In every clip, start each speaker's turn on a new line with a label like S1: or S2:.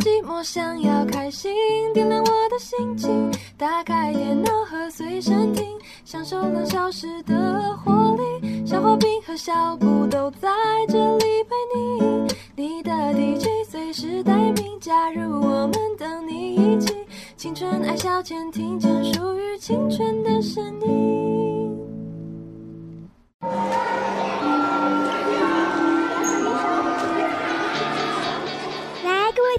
S1: 寂寞，想要开心，点亮我的心情。打开电脑和随身听，享受两小时的活力。小花瓶和小布都在这里陪你，你的 DJ 随时待命，加入我们，等你一起。青春爱消遣，听见属于青春的声音。
S2: 来，各位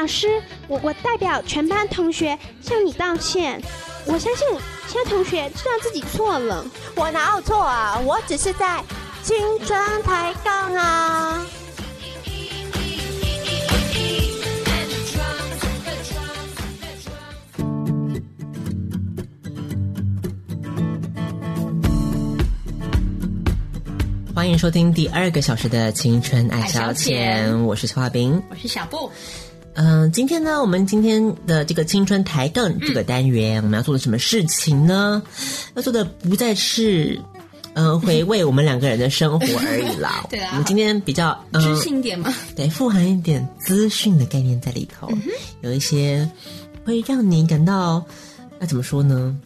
S2: 老师，我我代表全班同学向你道歉。我相信其他同学知道自己错了。
S3: 我哪有错啊？我只是在青春抬杠啊！
S4: 欢迎收听第二个小时的青春爱消
S5: 爱消
S4: 遣，我是小画饼。
S5: 我是小布，。
S4: 嗯、今天呢，我们今天的这个青春抬杠这个单元，我们要做的什么事情呢？要做的不再是。呃，回味我们两个人的生活而已啦
S5: 对啊
S4: 我们今天比较嗯、
S5: 知性一点吗？
S4: 对，富含一点资讯的概念在里
S5: 嗯
S4: 头，有一些会让你感到，那怎么说呢？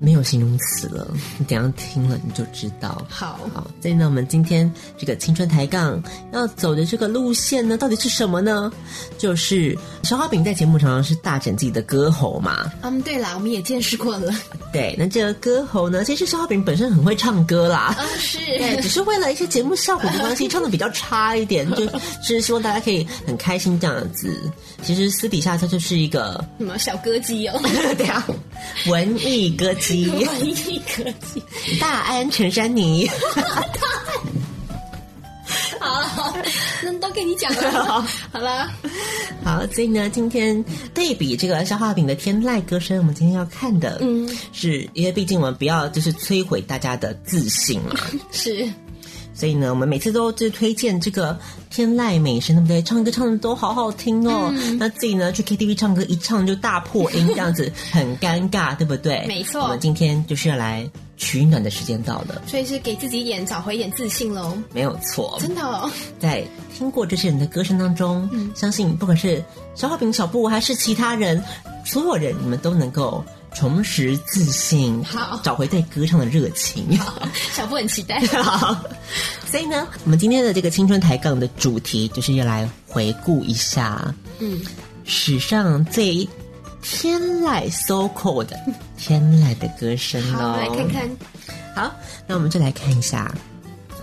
S4: 没有形容词了，你等一下听了你就知道。
S5: 好
S4: 好，所以呢，我们今天这个青春抬杠要走的这个路线呢，到底是什么呢？就是小花饼在节目常常是大展自己的歌喉嘛，
S5: 嗯，对啦，我们也见识过了，
S4: 对，那这个歌喉呢，其实小花饼本身很会唱歌啦。
S5: 嗯， 是，
S4: 对，只是为了一些节目效果的关系，唱的比较差一点，就就是希望大家可以很开心这样子。其实私底下他就是一个
S5: 什么小歌姬哦，
S4: 对啊，文艺歌姬，
S5: 文艺歌姬，
S4: 大安陈珊妮。
S5: 好好，那都给你讲了，好啦，
S4: 好，所以呢，今天对比这个消化饼的天籁歌声，我们今天要看的，嗯，是因为毕竟我们不要就是摧毁大家的自信嘛，
S5: 是，
S4: 所以呢，我们每次都就是推荐这个天籁美声，对不对？唱歌唱的都好好听哦。
S5: 嗯
S4: 那自己呢去 KTV 唱歌，一唱就大破音，这样子很尴尬，对不对？
S5: 没错
S4: 我们今天就是要来取暖的时间到了，
S5: 所以是给自己一点找回一点自信喽，
S4: 没有错。
S5: 真的哦，
S4: 在听过这些人的歌声当中，
S5: 嗯
S4: 相信不管是小花饼、小布，还是其他人，所有人，你们都能够重拾自信，
S5: 好
S4: 找回对歌唱的热情。
S5: 小布很期待，
S4: 好，所以呢，我们今天的这个青春抬杠的主题就是要来回顾一下，
S5: 嗯，
S4: 史上最天籁 so called 天籁的歌声
S5: 好，
S4: 喽。
S5: 来看看，
S4: 好，那我们就来看一下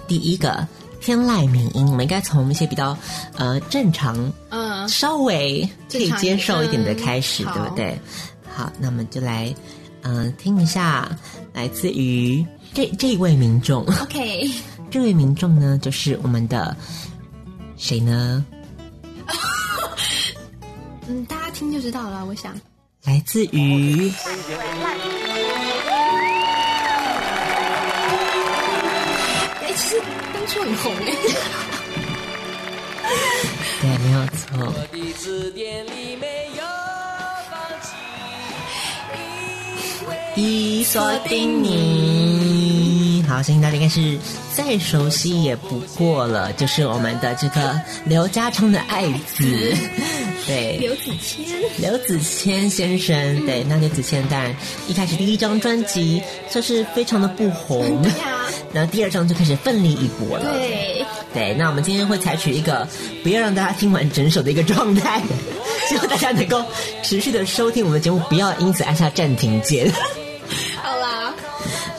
S4: 第一个天籁民音，我们应该从一些比较呃正常、
S5: 嗯，
S4: 稍微可以接受一点的开始，
S5: 正
S4: 对
S5: 常
S4: 不
S5: 一点
S4: 对？好，那我们就来嗯、呃听一下来自于这这一位民众。
S5: OK，
S4: 这位民众呢，就是我们的谁呢？
S5: 嗯，大家听就知道了，我想，
S4: 来自于
S5: 哎，其实当初很红哎，
S4: 对，没有错，
S6: 我的字典里没有放弃，因为
S4: 伊索丁尼。好，相信大家应该是再熟悉也不过了，就是我们的这个刘家昌的爱子， 对，
S5: 刘子谦，
S4: 刘子谦先生，对，那刘子谦当然一开始第一张专辑就是非常的不红，
S5: 对啊，
S4: 然后第二张就开始奋力一搏
S6: 嗯
S4: 了，
S5: 对，
S4: 对，那我们今天会采取一个不要让大家听完整首的一个状 态，希望大家能够持续的收听我们的节目，不要因此按下暂停键。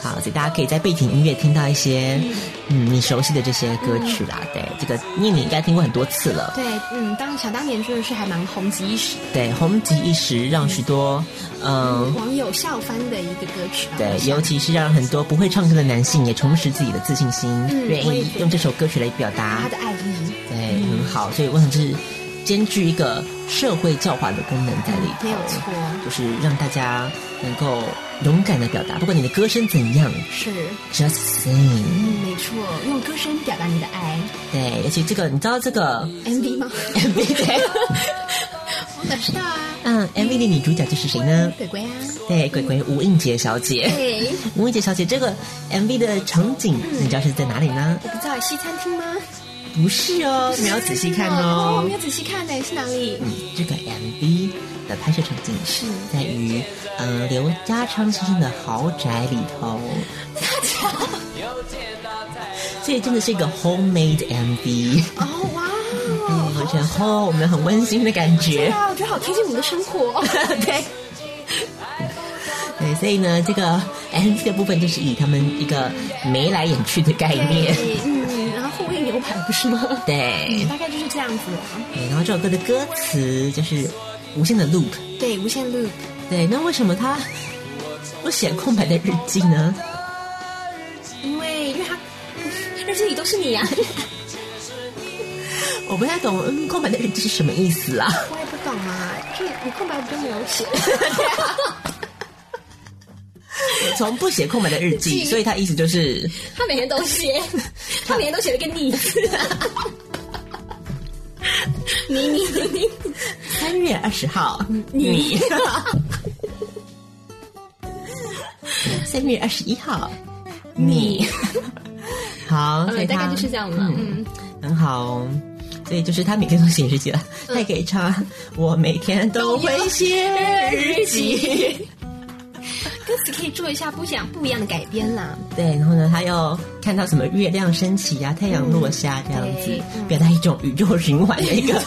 S4: 好，所以大家可以在背景音乐听到一些嗯你熟悉的这些歌曲啦。对，这个因为你应该听过很多次了。
S7: 对，嗯，当想当年真的是还蛮红极一时，
S4: 对，红极一时，让许多嗯。
S7: 网友笑翻的一个歌曲吧。
S4: 对，尤其是让很多不会唱歌的男性也重拾自己的自信心，
S7: 嗯
S4: 愿
S7: 我也
S4: 意
S7: 觉得
S4: 用这首歌曲来表达
S7: 他的爱意，
S4: 对，很好。所以我想是兼具一个社会教化的功能在里头，
S7: 嗯没有错
S4: 就是让大家能够勇敢的表达，不管你的歌声怎样
S7: 是，
S4: ，just sing。
S7: 嗯，没错，用歌声表达你的爱。
S4: 对，而且这个你知道这个
S7: MV 吗？
S4: MV 的，
S7: 我哪知道啊？
S4: 嗯，MV 的女主角就是谁呢？
S7: 鬼鬼啊，哎
S4: 对，鬼鬼吴映洁小姐。
S7: 对，
S4: 吴映洁小姐这个 MV 的场景，你知道是在哪里呢？
S7: 我不知道西餐厅吗？
S4: 不是哦，你要仔细看
S7: 哦，我
S4: 哦
S7: 没。有仔细看呢，是哪里？
S4: 嗯，这个 MV 的拍摄场景是在于呃刘家昌先生的豪宅里头。这真的是一个 homemade MV，
S7: 哦，哇哦，
S4: 嗯，完全 home，我们很温馨的感
S7: 对
S4: 觉。
S7: 啊，我觉得好贴近我们的生 活。对，
S4: 对，所以呢，这个 MV 的部分就是以他们一个眉来眼去的概念。
S7: 嗯，然后后面牛排不是吗？
S4: 对，
S7: 大概就是这样子啊。
S4: 对然后这首歌的歌词就是无限的 loop。
S7: 对，无限 loop。
S4: 对，那为什么他 不写空白的日记呢？
S7: 因为因为他 日记里都是你啊呀、
S4: 我不太懂，嗯，空白的日记是什么意思啊？
S7: 我也不懂啊，这你空白都没有写，
S4: 从不写空白的日记，所以他意思就是，
S5: 他每天都写，他每天都写的跟你似的。你你你你，
S4: 三月二十号，你。三月二十一号，你。好，所以
S5: 嗯，大
S4: 他
S5: 概就是这样了。嗯，
S4: 很好哦。所以就是他每天都写日记了，他也可以唱啊。我每天都会写日记。
S5: 歌词可以做一下不想不一样的改编啦。
S4: 对，然后呢，他又看到什么月亮升起呀、太阳落下这样子，表达一种宇宙循环的一 个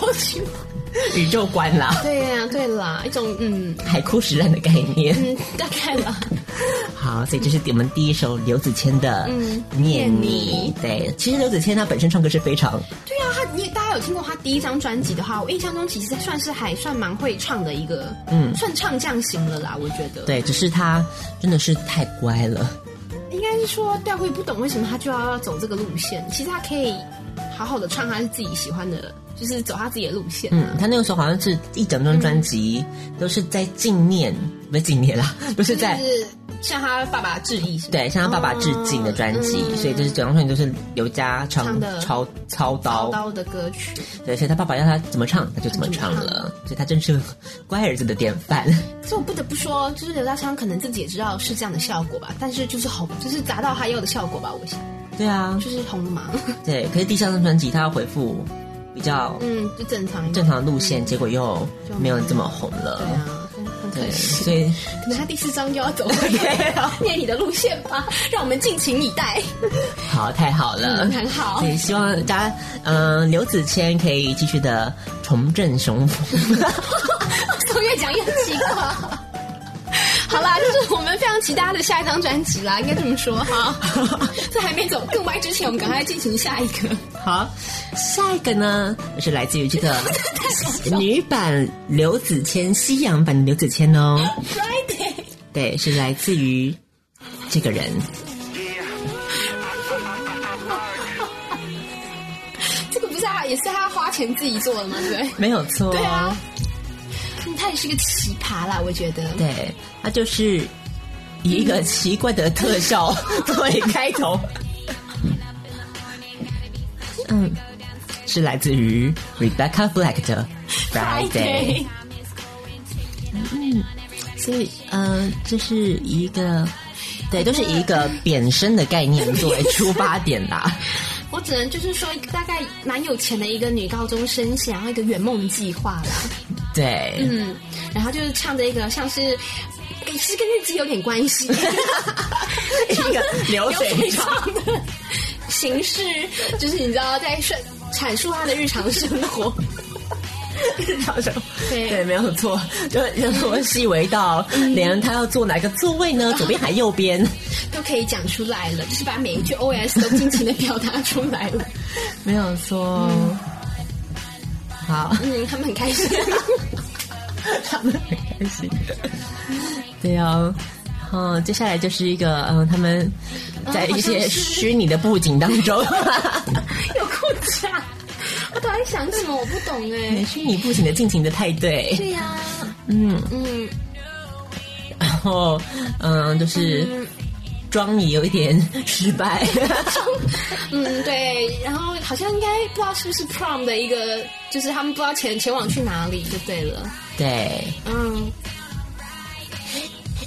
S4: 宇宙观 啦，
S5: 对呀、对啦，一种嗯
S4: 海枯石烂的概念。
S5: 嗯， 大概吧。
S4: 好，所以这是我们第一首刘子谦的
S5: 嗯
S4: 《念你》。对，其实刘子谦他本身唱歌是非常
S7: 对啊，他你大家有听过他第一张专辑的话，我印象中其实算是还算蛮会唱的一个，
S4: 嗯
S7: 嗯，算唱将型了啦，我觉得。，
S4: 对，只是他真的是太乖了。
S7: 应该是说，对啊，我也不懂为什么他就要走这个路线。其实他可以好好的唱他自己喜欢的，就是走他自己的路线、啊
S4: 嗯，他那个时候好像是一整张专辑都是在纪念，不是纪念啦， 都是在
S7: 就是向他爸爸致意是吧？
S4: 对，向他爸爸致敬的专辑，所以就是整张专辑都是刘家昌
S7: 唱的
S4: 操操
S7: 刀
S4: 刀，
S7: 刀的歌曲，
S4: 对，所以他爸爸要他怎么唱，他就怎么唱了，所以他真是乖儿子的典范。
S7: 所以我不得不说，就是刘家昌可能自己也知道是这样的效果吧，但是就是红，就是达到他要的效果吧，我想
S4: 对啊，
S7: 就是红了嘛，
S4: 对，可是第三张专辑他要回复比较
S7: 嗯，就正常一点
S4: 正，常的路线，结果又没有这么红了
S7: 对。啊，很很可
S4: 对，
S7: 惜。
S4: 所以
S7: 可能他第四章就要走念你的路线吧，让我们敬请以待。
S4: 好，太好了，
S7: 嗯很好
S4: 所以希望大家，嗯、刘子谦可以继续的重振雄风。
S7: 我越讲越奇怪。好啦，就是我们非常期待他的下一张专辑啦，应该这么说哈。在还没走更歪之前，我们赶快进行下一个。
S4: 好，下一个呢是来自于这 个女版刘子谦，西洋版的刘子谦 哦。对，是来自于这个人。
S7: 这个不是他，也是他花钱自己做的吗？对不对？
S4: 没有错。
S7: 对啊，嗯他也是个奇葩啦，我觉得。
S4: 对，他就是以一个奇怪的特 效作为开头。嗯，是来自于 Rebecca Black 的 Friday。嗯，所以呃，这是一个。对，都是以一个扁身的概念作为出发点啦。
S7: 我只能就是说，大概蛮有钱的一个女高中生，想要一个圆梦计划啦。
S4: 对，
S7: 嗯，然后就是唱着一个像是，其实跟日记有点关系，
S4: 一个流水账。
S7: 唱的形式，就是你知道在阐阐述他的日常生活。
S4: 然后就
S7: 对
S4: 对，没有错，就就多细微到连他要坐哪个座位呢？左边还右边？
S7: 都可以讲出来了，就是把每一句 OS 都尽情的表达出来了。
S4: 没有错。嗯好，
S7: 嗯，他们很开心。
S4: 他们很开心的。对啊。嗯，接下来就是一个嗯，他们在一些虚拟的布景当中，
S7: 有够假！我到底想什么？我不懂哎、
S4: 虚拟布景的尽情的派对，
S7: 对呀、
S4: 嗯，
S7: 嗯，
S4: 然后嗯，就是装你有一点失败，
S7: 嗯，对，然后好像应该不知道是不是 prom 的一个，就是他们不知道前前往去哪里就对了。
S4: 对。
S7: 嗯，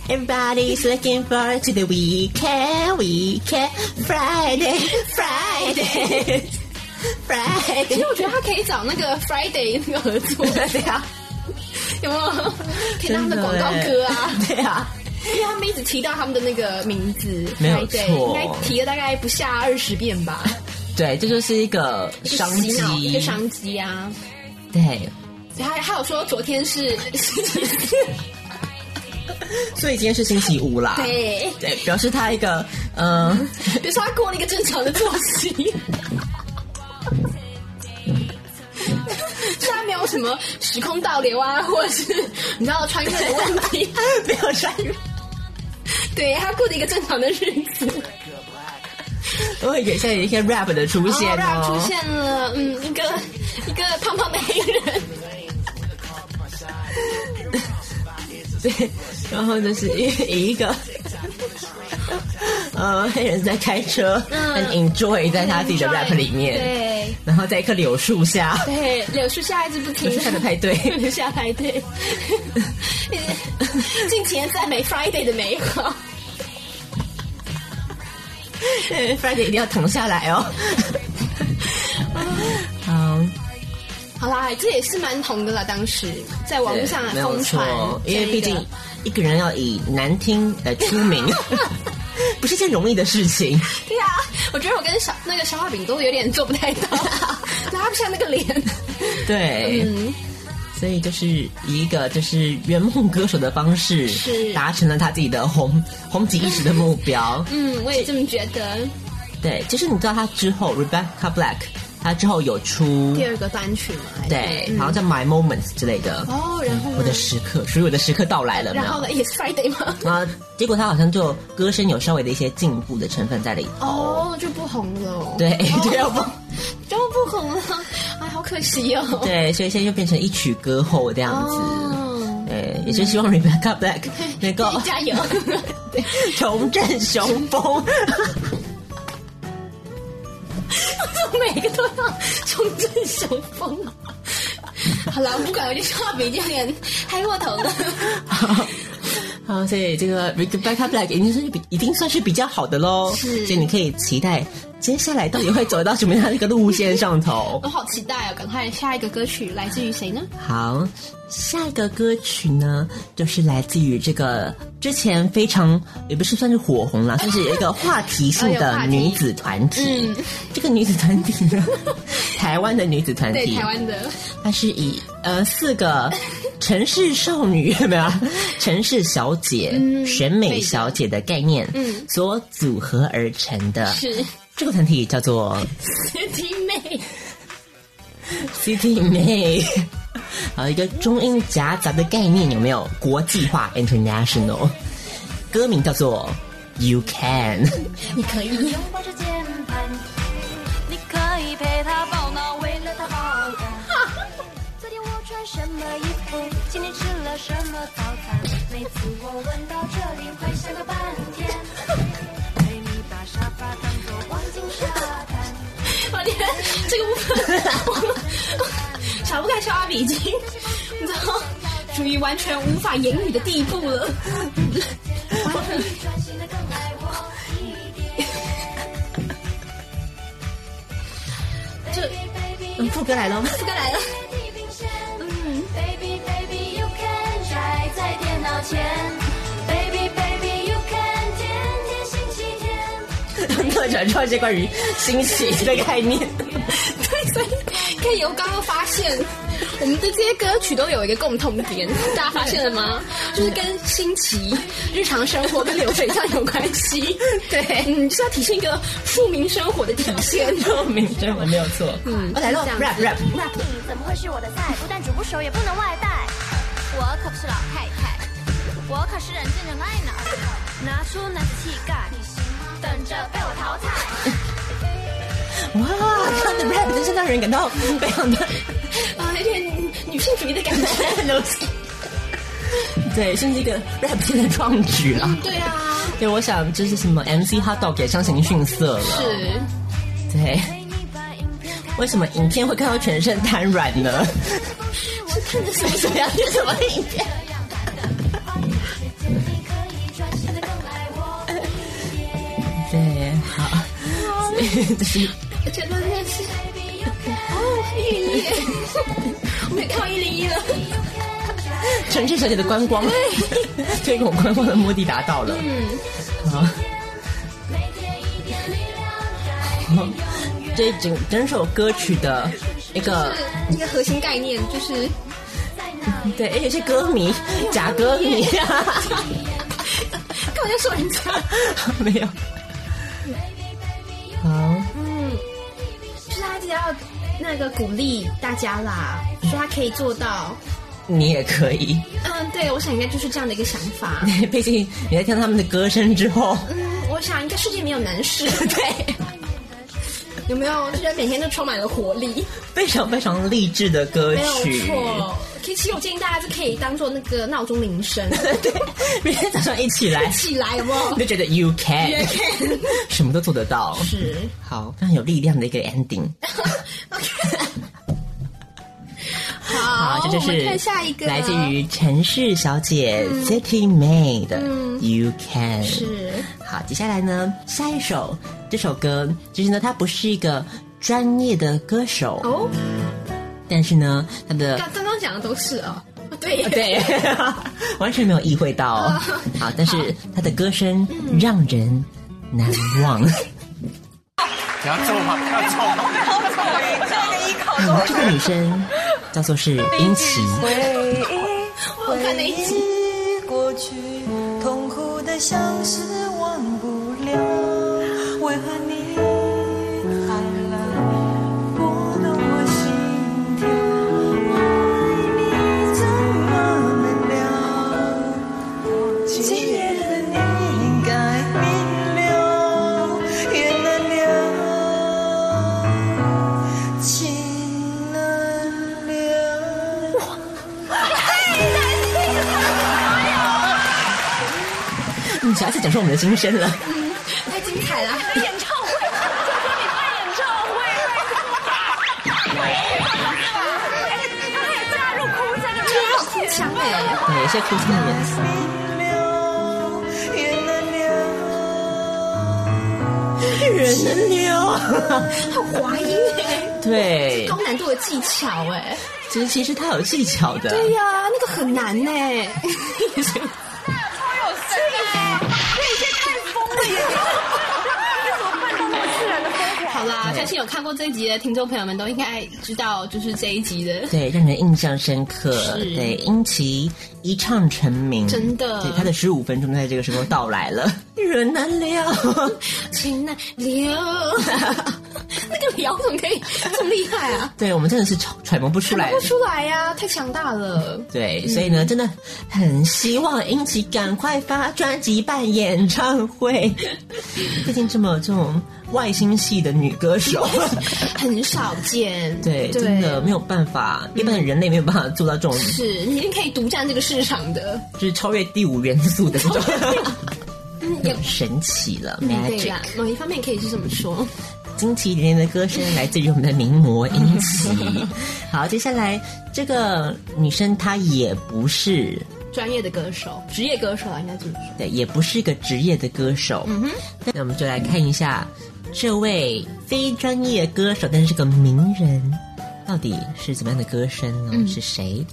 S4: Everybody's looking forward to the weekend, weekend, Friday, Friday, Friday.
S7: 哎其实我觉得他可以找那个 Friday 那个合作，
S4: 对啊，
S7: 有没有？可以当他们的广告歌啊，
S4: 对啊，
S7: 因为他们一直提到他们的那个名字
S4: 没有
S7: Friday，应
S4: 错
S7: 该提了大概不下二十遍吧。
S4: 对，这就是一个商
S7: 一个洗脑一
S4: 机
S7: 个，商机啊。
S4: 对。
S7: 他还有说昨天是 星期四，
S4: 所以今天是星期五啦，
S7: 对，
S4: 对，表示他一个嗯、呃
S7: 比如说他过了一个正常的作 息，就他没有什么时空倒流啊，或者是你知道穿越的问 题，
S4: 没有穿越，
S7: 对他过了一个正常的日子。
S4: 我会给现在有一些 rap 的出现
S7: 然后
S4: 哦，
S7: 出现了，嗯，一个一个胖胖的黑人，
S4: 对，然后就是以以一个。呃，黑人在开车，很嗯 enjoy 在他自己的 rap 里面，
S7: 对
S4: 然后在一棵柳树下，
S7: 对，柳树下一直不 停
S4: 柳树下的派对，
S7: 留下排 队，尽情地赞美 Friday 的美好。
S4: 对，Friday 一定要躺下来 哦。好，
S7: 好啦，这也是蛮红的啦，当时在网络上
S4: 对没啊有
S7: 疯
S4: 错
S7: 传，，
S4: 因为
S7: 这
S4: 毕
S7: 一个
S4: 竟一个人要以难听来出 名，不是一件容易的事情。
S7: 对啊，我觉得我跟小那个消化饼都有点做不太到，拉不下那个脸。
S4: 对，
S7: 嗯，
S4: 所以就是以一个就是圆梦歌手的方式，
S7: 是
S4: 达成了他自己的红红极一时的目 标。
S7: 嗯，我也这么觉得。
S4: 对，其实你知道他之后 Rebecca Black，他之后有出
S7: 第二个单曲嘛，还是
S4: 嗯对，好像叫 My Moments 之类的。
S7: 哦，然后
S4: 我的
S7: 呢？
S4: 时刻，属于我的时刻到来了。有没有
S7: 然后呢？也是 Friday 吗？
S4: 啊，结果他好像就歌声有稍微的一些进步的成分在里头。
S7: 哦，就不红了哦，
S4: 对，就要不
S7: 就不红了，哎，好可惜哦。
S4: 对，所以现在就变成一曲歌后这样子。
S7: 哦，
S4: 对，也是希望 Rebecca Black 能够
S7: 自 己加油。对，
S4: 重振雄风。
S7: 每个都要重振雄风。好了，不管，我就消化饼已经有点嗨过头了。
S4: 好，好，啊所以这个 Rebecca Black 已经是比一定算是比较好的喽。
S7: 是
S4: 所以你可以期待接下来到底会走到什么样的一个路线上头
S7: 我。好期待哦！赶快下一个歌曲来自于谁呢？
S4: 好，下一个歌曲呢，就是来自于这个之前非常也不是算是火红啦，算是有一个话题性
S7: 哎有
S4: 的
S7: 话题嗯
S4: 女子团体。这个女子团体呢， 台湾的女子团
S7: 对，
S4: 体
S7: 台，湾的，
S4: 它是以呃四 个城市少女 有没有？城市小姐、选美小姐嗯的概念，嗯，所组合而成的。
S7: 是
S4: 这个团体叫做
S7: City 妹，
S4: City 妹，啊，一个中英夹杂的概念有没有？国际化 （international），歌名叫做 You Can。
S7: 你可以。
S1: 拥抱着键盘，你可以陪他懊恼，为了他好感。昨天我穿什么衣服，今天吃了什么早餐？每次我闻到这里，会想个半天。陪你把沙发当作黄金沙滩。
S7: 我连这个部分，小不该小阿比已经，你知道，属于完全无法言语的地步了。
S1: 专心的更爱我一点。
S7: 这
S1: Baby, baby,
S4: 嗯，副歌来了吗？嗯
S7: 这个来了，
S1: Baby, baby, you can try 在电脑前。Baby, baby, you can 天天星期天。
S4: 特展出一些关于新奇的概念。
S7: 对，所以可以由刚刚发现，我们的这些歌曲都有一个共同点，大家发现了 吗？就是跟新奇、日常生活跟流水账有关系。对，嗯，就是要体现一个庶民生活的体现。
S4: 没真我没有错。嗯，我来喽，rap rap。
S8: rap 怎么会是我的菜？不但煮不熟，也不能外带。我可不是老太太，我可是人见人爱呢。拿出男子气概，等着被我淘汰。
S4: 哇，他的 rap 真是让人感到非常的
S7: 啊，有点女性主义的感觉。
S4: 流行。对，甚至一个 rap 界的创举了。
S7: 对啊，
S4: 对，我想就是什么 MC Hot Dog 也相形逊色了。
S7: 是。
S4: 对，为什么影片会看到全身瘫软呢？
S7: 是看着什么
S4: 怎么样？什么影片？对，好， 这是
S7: 我觉得真的是 哦，一零一， 我们也看到一零一了。
S4: 陈志小姐的观光， 推广观光的目的达到了。嗯，好。这整整首歌曲的一个
S7: 一个核心概念就是
S4: 对，而且是歌迷，假歌 迷啊，
S7: 干嘛要说人家？
S4: 没有。好，
S7: 就是他一直要那个鼓励大家啦，所以他可以做到。
S4: 你也可以。
S7: 嗯，对，我想应该就是这样的一个想 法。
S4: 毕竟你在听他们的歌声之后，
S7: 嗯，我想应该世界没有难事， 对。有没有？就是每天都充满了活 力，
S4: 非常非常励志的歌
S7: 没有
S4: 曲。
S7: 错。其实我建议大家就可以当做那个闹钟铃声，
S4: 对，每天早上一起来，
S7: 起来有没有
S4: 你？就觉得 you can，,
S7: You can
S4: 什么都做得到。
S7: 是
S4: 好，非常有力量的一个 ending。
S7: 好，
S4: 好，啊这就
S7: 我
S4: 是
S7: 们看下一个，嗯
S4: 来自于陈氏小姐 City May 的 You Can。
S7: 是
S4: 好，接下来呢，下一首这首歌，其实呢，它不是一个专业的歌手，
S7: 哦，
S4: 但是呢，它的
S7: 刚刚刚讲的都是哦，对
S4: 啊对， 完全没有意会到。好，但是他的歌声让人难忘。
S9: 你要揍吗？不要揍吗？
S4: 这个女生叫做是英奇，
S7: 我有看那一集。
S6: 过去，痛苦的相思忘不了，为何你爱来拨动我心跳？我爱你怎么能了？今夜的你应该明了，也难了，情难了。
S4: 你小孩子讲出我们的心声了。
S7: 太精彩了！演唱会，这是你办演唱会，加入哭腔，哎，
S4: 对，是哭腔的颜色。人能流，
S7: 好滑音哎，
S4: 对，
S7: 高难度的技巧哎，
S4: 其实其实他有技巧的，
S7: 对呀，那个很难 哎， 好啦，相信有看过这一集的听众朋友们都应该知道，就是这一集的，
S4: 对，让人印象深刻。
S7: 是
S4: 对，英奇一唱成名，
S7: 真的
S4: 对，他的十五分钟在这个时候到来了， 人难了。
S7: 情难留， 那个聊怎么可以这么厉害啊？
S4: 对，我们真的是揣揣摩不出来
S7: 看不。出来呀、太强大了。
S4: 对，所以呢，真的很希望英奇赶快发专辑、办演唱 会。毕竟这么这种外星系的女歌 手，
S7: 很少见。
S4: 对，
S7: 对
S4: 真的没有办法，一般的人类没有办法做到这种，
S7: 是你一定可以独占这个市场的。
S4: 就是超越第五元素的这种，
S7: 嗯，也
S4: 神奇了
S7: 嗯对
S4: ，magic
S7: 啦。，某一方面可以是这么说。
S4: 惊奇连连的歌声来自于我们的名模英 奇。好，接下来这个女生她也不是，
S7: 专业的歌手，职业歌手啊，应该这么说。
S4: 对，也不是一个职业的歌手。嗯哼，那我们就来看一下这位非专业歌手，但是个名人，到底是怎么样的歌声呢？是谁？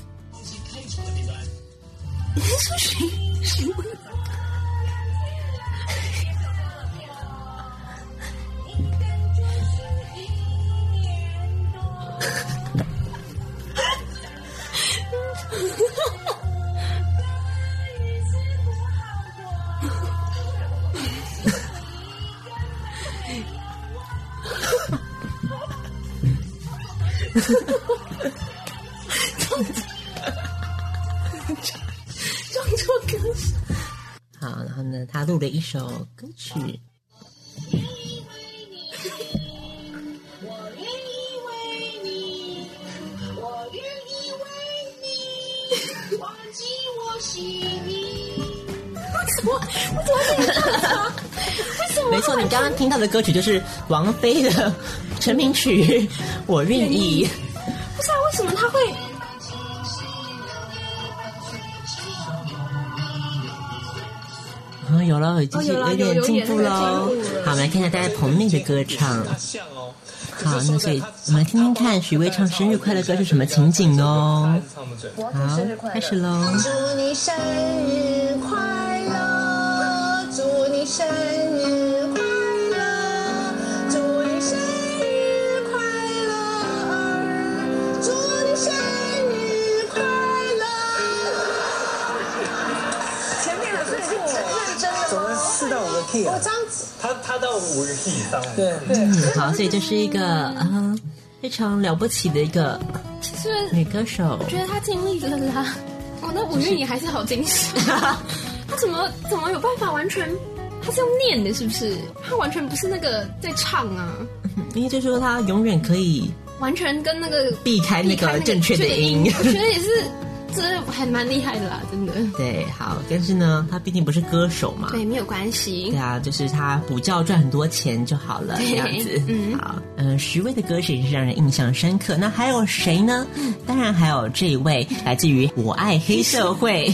S7: 装作歌手。
S4: 好，然后呢，他录了一首歌曲。 没错，你刚刚听到的歌曲就是王菲的成名曲《我愿意》。
S7: 不知道为什么他会
S4: 嗯，有了，已经是
S7: 哦有了有
S4: 点
S7: 有
S4: 进
S7: 点
S4: 步
S7: 那个
S4: 喽。
S7: 进步
S4: 好，我
S7: 了
S4: 们来看一下大家棚内的歌唱。
S10: 哦
S4: 好，那所以我们来听听看许巍唱生日快乐歌是什么情景哦。好，开始喽。
S6: 祝你生日快乐，祝你生日快乐，祝你生日快乐儿，祝你生日快乐。前面的是认真的总能试到我的 key 啊，
S11: 他他到五十以上，
S6: 对对，
S4: 嗯，好，所以这是一个啊、呃非常了不起的一个
S7: 是不是
S4: 女歌手。
S7: 觉得他尽力了啦？哦，那五月你还是好精 神。他怎么怎么有办法完全？他是用念的，是不是？他完全不是那个在唱啊，
S4: 因为就是说她永远可以
S7: 完全跟那个
S4: 避开那个正确的音。
S7: 我觉得也是，这还蛮厉害的啦，真的。
S4: 对，好，但是呢，她毕竟不是歌手嘛。
S7: 对，没有关系
S4: 对。啊，就是他补教赚很多钱就好了，
S7: 对
S4: 这样子。
S7: 嗯
S4: 好，嗯、徐巍的歌曲也是让人印象深刻。那还有谁呢？
S7: 嗯
S4: 当然还有这一位来自于《我爱黑社会》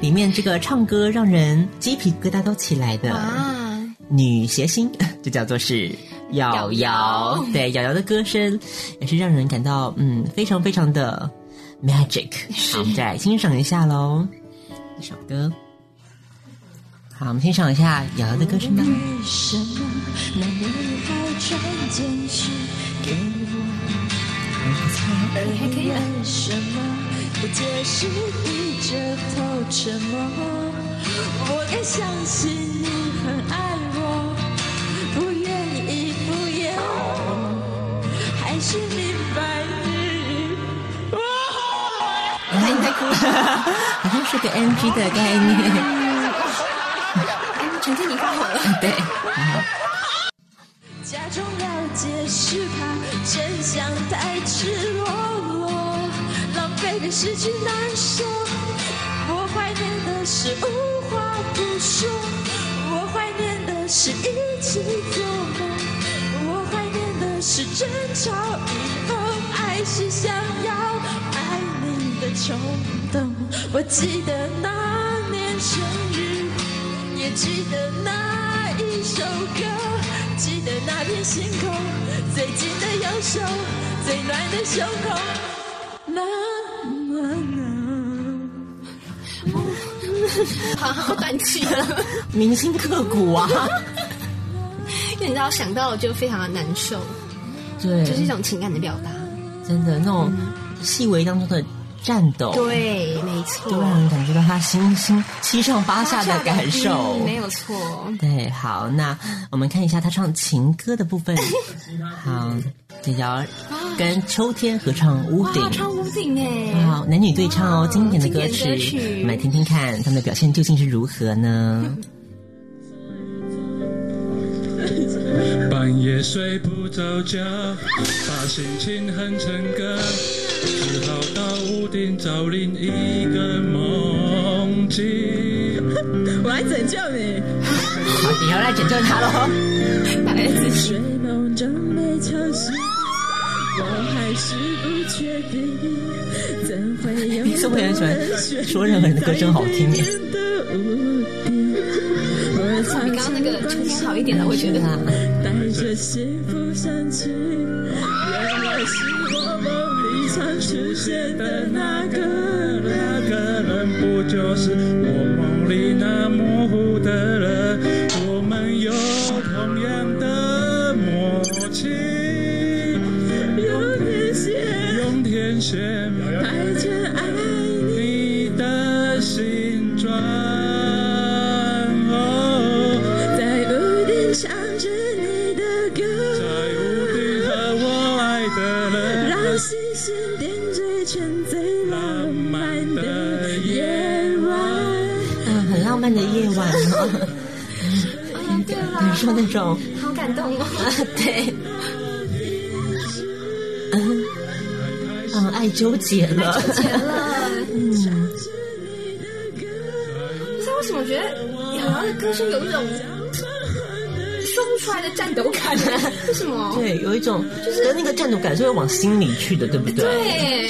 S4: 里面这个唱歌让人鸡皮疙瘩都起来的
S7: 啊，
S4: 女谐星， 就叫做是。瑶
S7: 瑶
S4: 瑶
S7: 瑶，
S4: 对瑶瑶的歌声也是让人感到嗯非常非常的 magic。好，我们再来欣赏一下喽，这首歌。好，我们欣赏一下瑶瑶的歌声吧。
S6: 为什么男人还传简讯给我？
S7: 还可以啊，
S6: 为什么不解释低着头沉默？我该相信你很爱我，不愿意敷衍我，还是明白你？
S4: 太太哭了，好像是个 NG 的概念。
S7: 陈建你放好了。
S4: 对，
S6: 假装了解是怕真相太赤裸裸，浪费的失去难受。我怀念的是无话不说，我怀念的是一起做梦，我怀念的是争吵以后，还是想要爱你的冲动。我记得那年生日。也记得那一首歌，记得那片星空，最紧的右手，最暖的胸口。啦啦啦！
S7: 好好断气了，
S4: 铭心刻骨啊。
S7: 因为你知道想到了就非常的难受，
S4: 对，
S7: 就是一种情感的表达。
S4: 真的那种细微当中的战斗，
S7: 对，嗯没错
S4: 都让人感觉到他心心七上八下的感受。
S7: 嗯没有错。
S4: 对，好，那我们看一下他唱情歌的部 分。好，这瑶跟秋天合唱《屋顶
S7: 哇，》。超屋顶哎，
S4: 好，男女对唱哦，经典的歌
S7: 经典歌
S4: 曲
S7: 曲，
S4: 我们来听听看他们的表现究竟是如何呢？
S11: 半夜睡不着觉，把心情哼成歌，只好到屋顶找另一个梦境。
S6: 我来拯救你。
S4: 好，你要来拯救他喽！
S7: 哪来的自信？
S6: 睡梦中被吵醒，我还是不确定，怎会有
S4: 你是不是很喜欢说任何人的歌声好 听耶？
S7: 比
S6: 你
S7: 刚刚那个秋天好一点哎了，我觉 得。
S4: 啊，
S6: 带着幸福上去，原来是我梦里常出现的那个
S11: 那
S6: 人。
S11: 个人不就是我梦里那模糊的人？我们有同样的默契，
S6: 永远写
S11: 用天线
S6: 排着爱你，
S11: 你的心转。哦
S6: 在屋顶唱着你的歌，
S11: 在屋顶和我爱的人
S6: 让星
S4: 嗯晚了。
S7: 嗯，对啦，
S4: 你说那种
S7: 好感动
S4: 啊
S7: 哦。，
S4: 对，嗯，嗯，爱纠结了，
S7: 结了，
S4: 嗯，
S7: 不知道为什么觉得杨洋的歌声有一种说不出来的战斗感，为什么？
S4: 对，有一种就是那个战斗感是会往心里去的，对不对？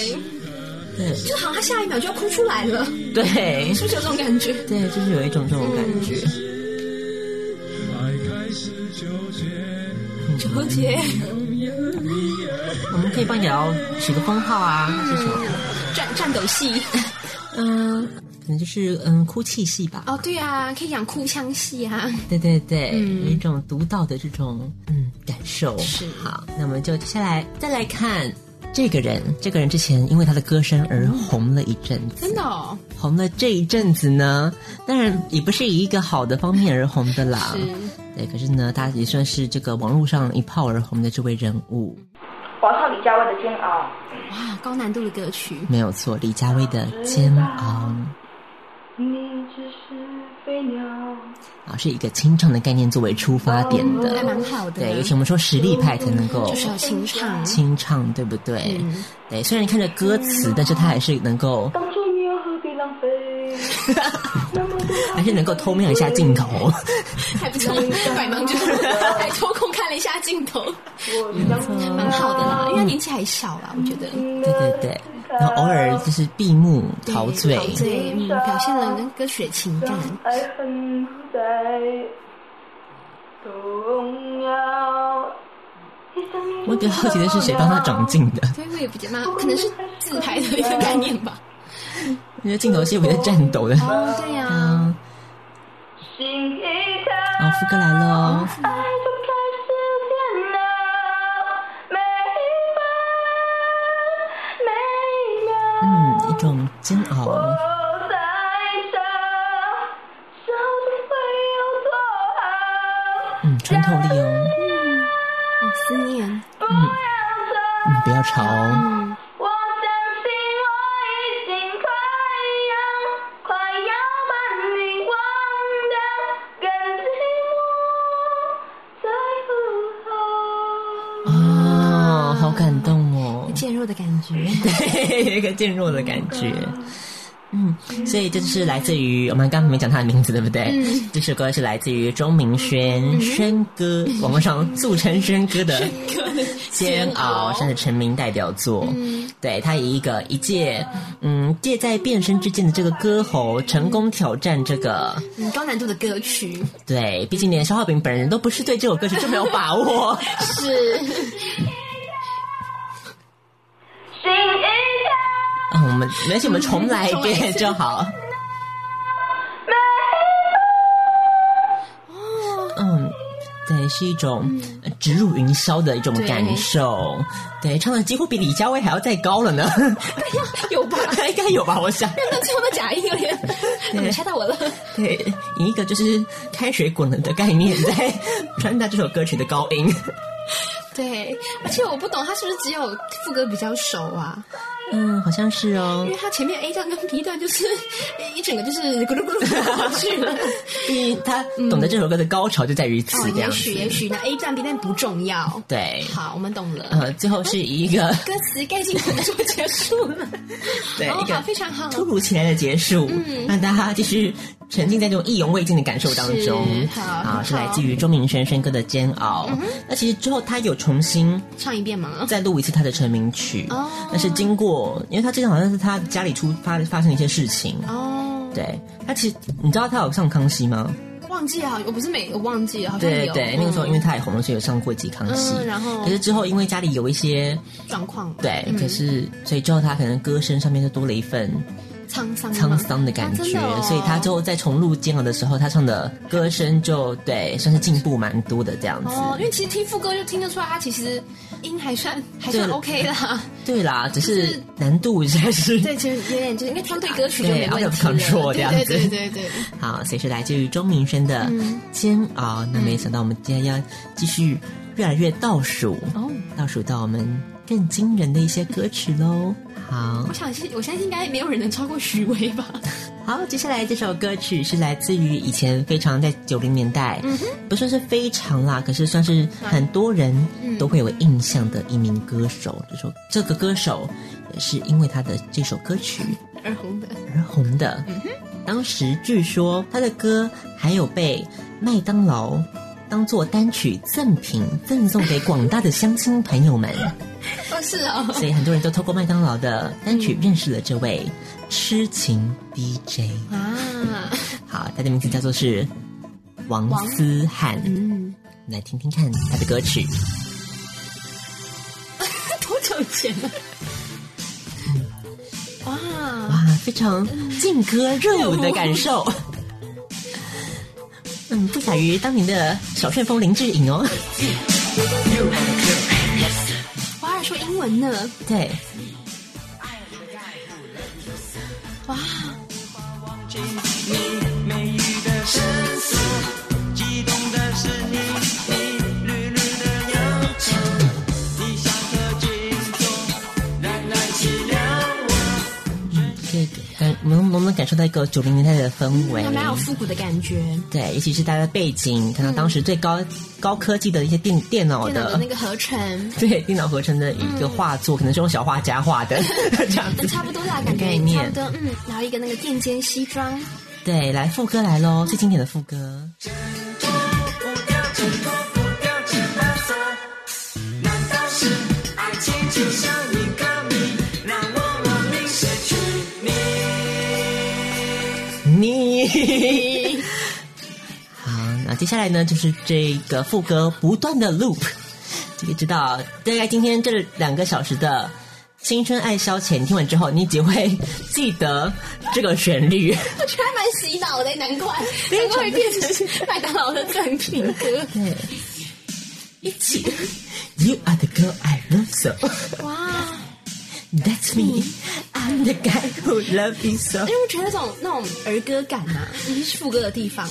S7: 对，就好像他下一秒就要哭出来了，
S4: 对，对
S7: 是，不是有这种感觉？
S4: 对，就是有一种这种感觉。
S7: 纠结，
S4: 我们可以帮你聊取个封号啊，是什么？
S7: 战战斗戏。
S4: 嗯，可能就是嗯哭泣戏吧。
S7: 哦，对啊，可以讲哭腔戏啊。
S4: 对对对，
S7: 嗯
S4: 有一种独到的这种嗯感受。
S7: 是
S4: 好，那我们就接下来再来看这个人。这个人之前因为他的歌声而红了一阵子，
S7: 真的哦，
S4: 红了这一阵子呢，当然也不是以一个好的方面而红的啦。对，可是呢，他也算是这个网络上一炮而红的这位人物，
S12: 王少李佳薇的《煎熬》。
S7: 哇，高难度的歌曲，
S4: 没有错，李佳薇的《煎熬》
S12: 你只是飞鸟。
S4: 啊，是一个清唱的概念作为出发点的，
S7: 还哦蛮好的。
S4: 对，尤其我们说实力派才能够
S7: 就是要清唱，
S4: 清唱，对不对？
S7: 嗯
S4: 对，虽然看着歌词，但是他还是能够，
S12: 当初你又何必浪费？
S4: 还是能够偷瞄一下镜头。
S7: 还不错，百忙就是还抽空看了一下镜头，蛮好的啦，因为他年纪还小啦，我觉得。
S4: 对对对，然后偶尔就是闭目嗯陶醉，
S7: 嗯陶醉，嗯，表现了跟歌曲的情感。
S12: 爱恨在动摇。
S4: 我比较好奇的是谁帮他长镜的？
S7: 所以我也比较蛮，可能是自拍的一个概念吧。
S4: 因为镜头是比较颤抖的。
S7: 哦，对呀、
S4: 嗯，
S12: 心一
S4: 哦，副歌来了
S12: 爱
S4: 哦，
S12: 就开始变老，每一分每一秒，
S4: 嗯，一种煎熬，
S12: 我在想，究竟会有多好？
S4: 嗯，穿透力哦，
S7: 嗯好思念，
S4: 嗯，嗯，不要吵哦，
S7: 嗯，
S12: 我相信我已经快要快要把你忘掉，跟寂寞在午后。
S4: 哦，好感动哦，
S7: 渐弱的感觉。
S4: 对，有一个渐弱的感觉。嗯，所以这就是来自于我们刚刚没讲他的名字，对不对？嗯、这首歌是来自于钟明轩、轩哥，网络上俗称轩哥的《 煎熬》，算是成名代表作。嗯、对他以一个一介嗯介在变声之间的这个歌喉，成功挑战这个。
S7: 嗯，高难度的歌曲
S4: 对，毕竟连肖浩炳本人都不是对这首歌曲这么有把握。
S7: 是
S12: 心一跳，
S4: 嗯，我们没关系，我们重来一遍就好。嗯，对，是一种呃直入云霄的一种感受。对，唱的几乎比李佳薇还要再高了呢。
S7: 有吧？
S4: 应该有吧？我想。
S7: 那最后的假音有点，你猜到我了。
S4: 对，以一个就是开水滚了的概念在传达这首歌曲的高音。
S7: 对，而且我不懂他是不是只有副歌比较熟啊？
S4: 嗯，好像是哦
S7: 因为。他前面 A 段跟 B 段就是一整个就是咕噜咕噜过 去了。
S4: 因为他懂得这首歌的高潮就在于
S7: 哦
S4: 此，，这
S7: 也
S4: 样
S7: 许
S4: 子。
S7: 也许那 A 段 B 段不重要。
S4: 对，
S7: 好，我们懂了。
S4: 呃，最后是以一个
S7: 歌词概进可能就结束了。
S4: 对
S7: 哦
S4: 一个
S7: 好非常好
S4: 突如其来的结束， 让大家就是沉浸在这种意犹未尽的感受当中
S7: 嗯是。好
S4: 啊，是
S7: 好嗯
S4: 来自于钟明轩轩哥的《煎熬》那其实之后他有重新
S7: 唱一遍嘛。
S4: 再录一次他的成名曲，
S7: 哦
S4: 但是经过，因为他之前好像是他家里出发发生一些事情。
S7: 哦，
S4: 对他其实你知道他有上康熙吗？
S7: 忘记了，我不是每我忘记了，好像
S4: 对
S7: 哦有
S4: 对，那个时候因
S7: 嗯
S4: 为他也红了，所以有上过一集康熙。
S7: 嗯然后
S4: 可是之后因为家里有一些
S7: 状况
S4: 对，可
S7: 嗯
S4: 是所以之后他可能歌声上面就多了一份
S7: 沧桑
S4: 沧
S7: 吗
S4: 桑的感
S7: 啊真
S4: 觉，
S7: 的哦
S4: 所以他最后在重录《煎熬》的时候，他唱的歌声就对算是进步蛮多的这样子。
S7: 哦，因为其实听副歌就听得出来，他其实音还算还算
S4: 对
S7: OK 啦。
S4: 对啦，只
S7: 就是是
S4: 难度实在是
S7: 对，就有点就是因为挑对歌曲就
S4: 对
S7: 没问题
S4: out of control 这
S7: 了。对
S4: 样
S7: 对
S4: 子
S7: 对对对，
S4: 好，所以是来自于钟明轩的
S7: 嗯
S4: 《煎熬》。那没想到我们今天要继续越来越倒数，
S7: 哦
S4: 倒数到我们更惊人的一些歌曲喽。好
S7: 我，想是我相信应该没有人能超过许巍吧？
S4: 好，接下来这首歌曲是来自于以前非常在九零年代，
S7: 嗯
S4: 不算是非常啦，可是算是很多人都会有印象的一名歌手。这首这个歌手也是因为他的这首歌曲
S7: 而红的，嗯
S4: 而红的。当时据说他的歌还有被麦当劳当做单曲赠品赠送给广大的乡亲朋友 们。
S7: 哦是哦，
S4: 所以很多人都透过麦当劳的单
S7: 嗯
S4: 曲认识了这位痴情 DJ。
S7: 啊，
S4: 好，他的名字叫做是王思涵。嗯，我们来听听看他的歌曲。
S7: 多啊久以前了？
S4: 嗯
S7: 哇，
S4: 哇，非常劲歌热舞的感 受。嗯，不亚于当年的小旋风林志颖哦。
S7: 我还说英文呢，
S4: 对，
S7: 哇，
S4: 嗯这个感呃我们能不能感受到一个九零年代的氛围？
S7: 嗯还蛮有复古的感觉。
S4: 对，尤其是大家的背景，看到当时最高、高科技的一些电电脑
S7: 嗯电脑
S4: 的
S7: 的那个合成，
S4: 对，电脑合成的一个画作，可能是用小画家画的这样子。
S7: 但差不多啦，感觉
S4: 概
S7: 差
S4: 念
S7: 不多。嗯，然后一个那个垫肩西装，
S4: 对，来副歌来喽，最经典的副歌。你 好，那接下来呢，就是这个副歌不断的 loop，这个知道大概今天这两个小时的青春爱消遣，你听完之后，你只会记得这个旋律。
S7: 我 觉得还蛮洗脑的，难怪难怪会变成麦当劳的赠品歌。
S4: 对，一起，You are the girl I love so,
S7: 哇，
S4: that's me, I'm the guy who love you so
S7: 因。为我觉得那种那种儿歌感啊，尤其是副歌的地方，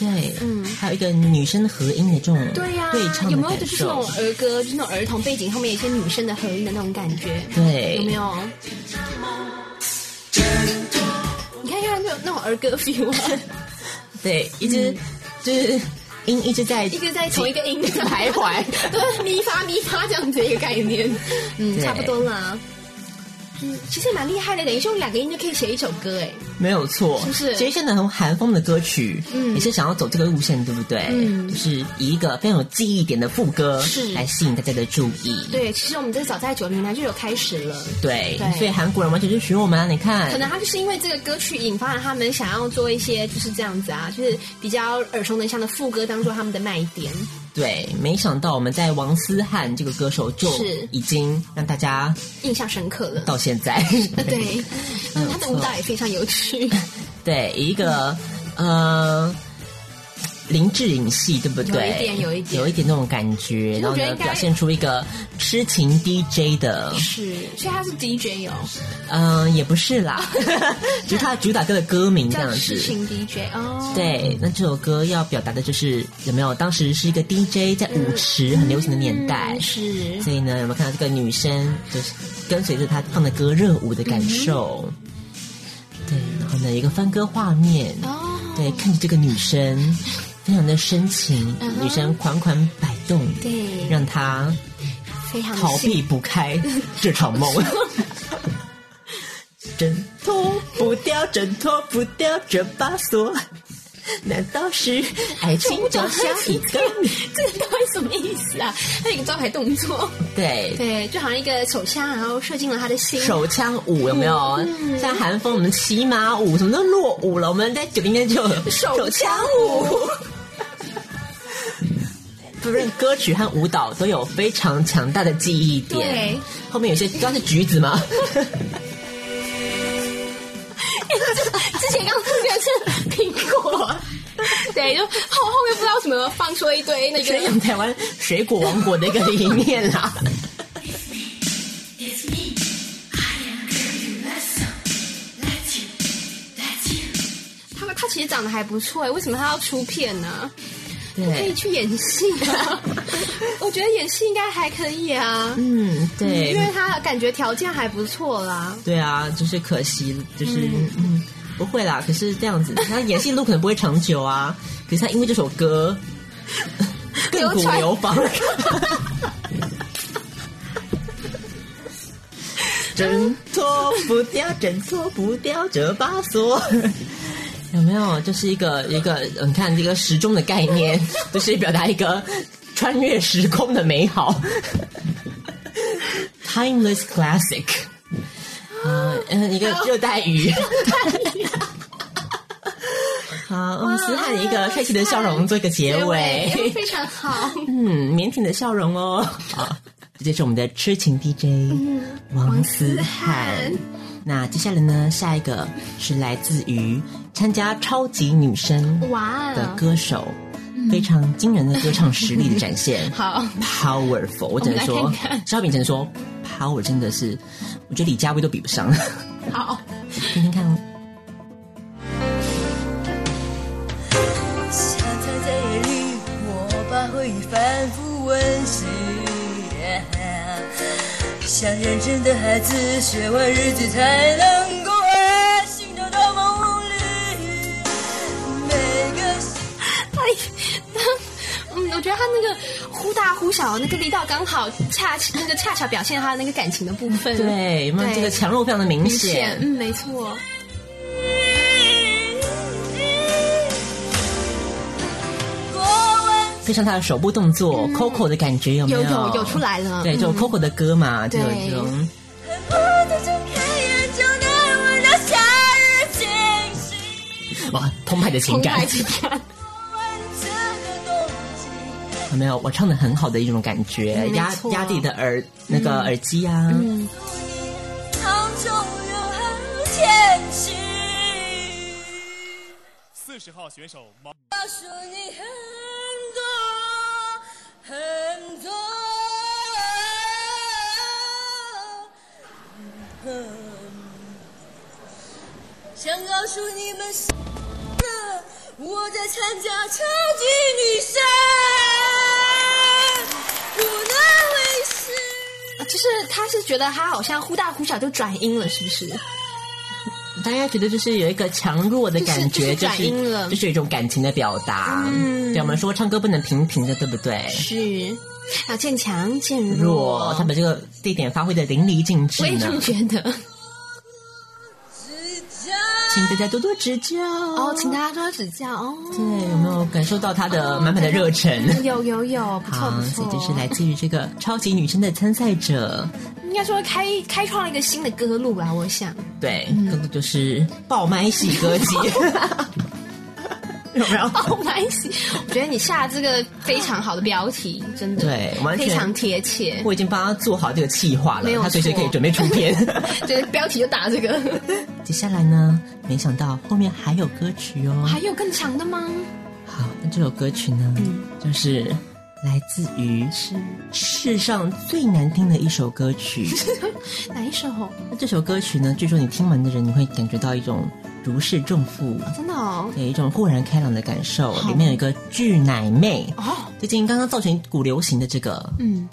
S4: 对，嗯，还有一个女生合音的这种
S7: 对呀、
S4: 对唱的
S7: 有没有
S4: 感
S7: 就是那
S4: 受
S7: 种，儿歌，就是那种儿童背景后面有一些女生的合音的那种感觉，
S4: 对
S7: 有没有？你看，看没有那种儿歌 feel 啊，
S4: 对，一直就是音一直在
S7: 嗯一个在同一个音徘徊， 对，咪发咪发这样子一个概念，嗯，
S4: 对
S7: 差不多啦。嗯，其实也蛮厉害的，等于是用两个音就可以写一首歌，哎，
S4: 没有错，
S7: 是不是
S4: 其实现在很韩风的歌曲，
S7: 嗯
S4: 也是想要走这个路线，对不对？
S7: 嗯
S4: 就是以一个非常有记忆点的副歌
S7: 是
S4: 来吸引大家的注意。
S7: 对，其实我们这早在九零年代就有开始了。
S4: 对，
S7: 对
S4: 所以韩国人完全就学我们啊！你看，
S7: 可能他就是因为这个歌曲引发了他们想要做一些就是这样子啊，就是比较耳熟能详的副歌当做他们的卖点。
S4: 对，没想到我们在王思涵这个歌手就是已经让大家
S7: 印象深刻了。
S4: 到现在，
S7: 对，嗯，他的舞蹈也非常有 趣。
S4: 对，以一个呃林志颖系，对不对？
S7: 有一点有一点
S4: 有一点那种感觉，
S7: 其实
S4: 然
S7: 我
S4: 后
S7: 觉得
S4: 呢，
S7: 应该
S4: 表现出一个痴情 DJ 的，
S7: 是，所以他是 DJ 哦，
S4: 嗯、也不是啦， 就是他主打歌的歌名这
S7: 叫
S4: 样
S7: 痴
S4: 子。
S7: 情 DJ 哦。，
S4: 对，那这首歌要表达的就是有没有？当时是一个 DJ 在舞池很流行的年
S7: 嗯
S4: 代，
S7: 是
S4: 所以呢，有没有看到这个女生就是跟随着她放的歌热舞的感受？
S7: 嗯
S4: 对，然后呢，一个翻歌画面，
S7: 哦，
S4: 对，看着这个女生非常的深情，女生款款摆动，
S7: 对
S4: 让她
S7: 非常
S4: 逃避不开这场梦。挣脱不掉，挣脱不掉这把锁，难道是爱情就像一个？
S7: 这个到底什么意思啊？他有一个招牌动作，
S4: 对，
S7: 对，就好像一个手枪，然后射进了他的心。
S4: 哎手枪舞有没有？像韩风，我们骑马舞什么都落伍了。我们在九零年就有
S7: 手枪舞，
S4: 不论歌曲和舞蹈都有非常强大的记忆点。
S7: 对，
S4: 后面有些刚是橘子吗？
S7: 之前刚出现是苹果， 对，就后后面不知道什么放出了一堆 那
S4: 宣
S7: 个
S4: 扬台湾水果王国的一个理念啦。
S7: 他们他其实长得还不错哎，为什么他要出片呢、可以
S4: 对，
S7: 去演戏 啊，我觉得演戏应该还可以啊，
S4: 嗯，对
S7: 因，为他感觉条件还不错啦。
S4: 对啊，就是可惜，就是嗯不会啦，可是这样子， 他演戏路可能不会长久啊。可是他因为这首 歌亘古流 芳，挣脱不掉，挣脱不掉这把锁。 有没有？就是一个一个，你看这个时钟的概念， 就是表达一个穿越时空的美好 ，timeless classic 啊、嗯，一个热带 鱼。好，我们思汉以一个帅气的笑容做一个结尾，
S7: 结尾非常好。
S4: 嗯，腼腆的笑容哦。 好，这就是我们的痴情
S7: 嗯
S4: DJ 王思
S7: 汉
S4: 汉。那接下来呢，下一个是来自于参加超级女声
S7: 哇哦嗯
S4: 的歌手，非常惊人的歌唱实力的展 现。
S7: 好，
S4: powerful，我只能
S7: 我
S4: 说
S7: 们来看，看
S4: 肖秉承说，power 真的是，我觉得李佳薇都比不上。
S7: 好，
S4: 听听看哦。
S6: 想在在夜里，我把回忆反复温习。像认真的孩子，学完日记才能够安心的到梦里。每个心
S7: 他他哎嗯，我觉得他那个忽大忽小，那个力道刚好，恰那个恰巧表现他那个感情的部分。
S4: 对，有没有这个强弱非常的明
S7: 明
S4: 显？
S7: 嗯，没错。
S6: 过完
S4: 配上他的手部动作、c o c o 的感觉有没
S7: 嗯有
S4: 有
S7: 有有出来了
S4: 对，就
S7: 嗯
S4: Coco 的歌嘛，就有
S7: 对
S4: 一种
S6: 我的睁开眼就能闻到夏日清新。
S4: 哇澎湃的情感，
S7: 情感，
S6: 这个冬季，
S4: 有没有？我唱的很好的一种感觉，
S7: 嗯没
S4: 压
S7: 错
S4: 压地的耳那个耳机啊，
S7: 嗯，
S6: 杭州永恒天气。
S10: 四十号选手毛。
S6: 告诉你很多很多。想告诉你们，我在参加超级女声，不能为是
S7: 就是他是觉得他好像忽大忽小就转音了，是不是？
S4: 大家觉得就是有一个强弱的感觉，
S7: 就是就是转音了
S4: 就是有一种感情的表达。
S7: 嗯
S4: 对，我们说唱歌不能平平的，对不对？
S7: 是，啊，渐强渐弱
S4: 弱，，他把这个地点发挥的淋漓尽致
S7: 我也
S4: 呢
S7: 这么，觉得。
S4: 请大家多多指教。
S7: 哦，请大家多多指教哦。
S4: 对，有没有感受到他的满满的热忱？
S7: 有有有，不错
S4: 好
S7: 嗯不，
S4: 所
S7: 错，
S4: 以就是来自于这个超级女生的参赛者，
S7: 应该说开开创了一个新的歌路吧，我想。
S4: 对，
S7: 嗯
S4: 更多就是爆麦系歌 姬，有没有？
S7: Oh my！我觉得你下这个非常好的标题，真的
S4: 对完全
S7: 非常贴切。
S4: 我已经帮他做好这个企划
S7: 没有
S4: 了，他随时
S7: 错
S4: 可以准备出片。
S7: 对，标题就打这个。
S4: 接下来呢，没想到后面还有歌曲哦。
S7: 还有更长的吗？
S4: 好，那这首歌曲呢，
S7: 嗯
S4: 就是来自于世上最难听的一首歌 曲。
S7: 哪一首？
S4: 那这首歌曲呢，据说你听完的人，你会感觉到一种如释重负。
S7: 真的哦。
S4: 有一种豁然开朗的感受，里面有一个巨奶妹，
S7: 哦，
S4: 最近刚刚造成一股流行的这个
S7: 嗯，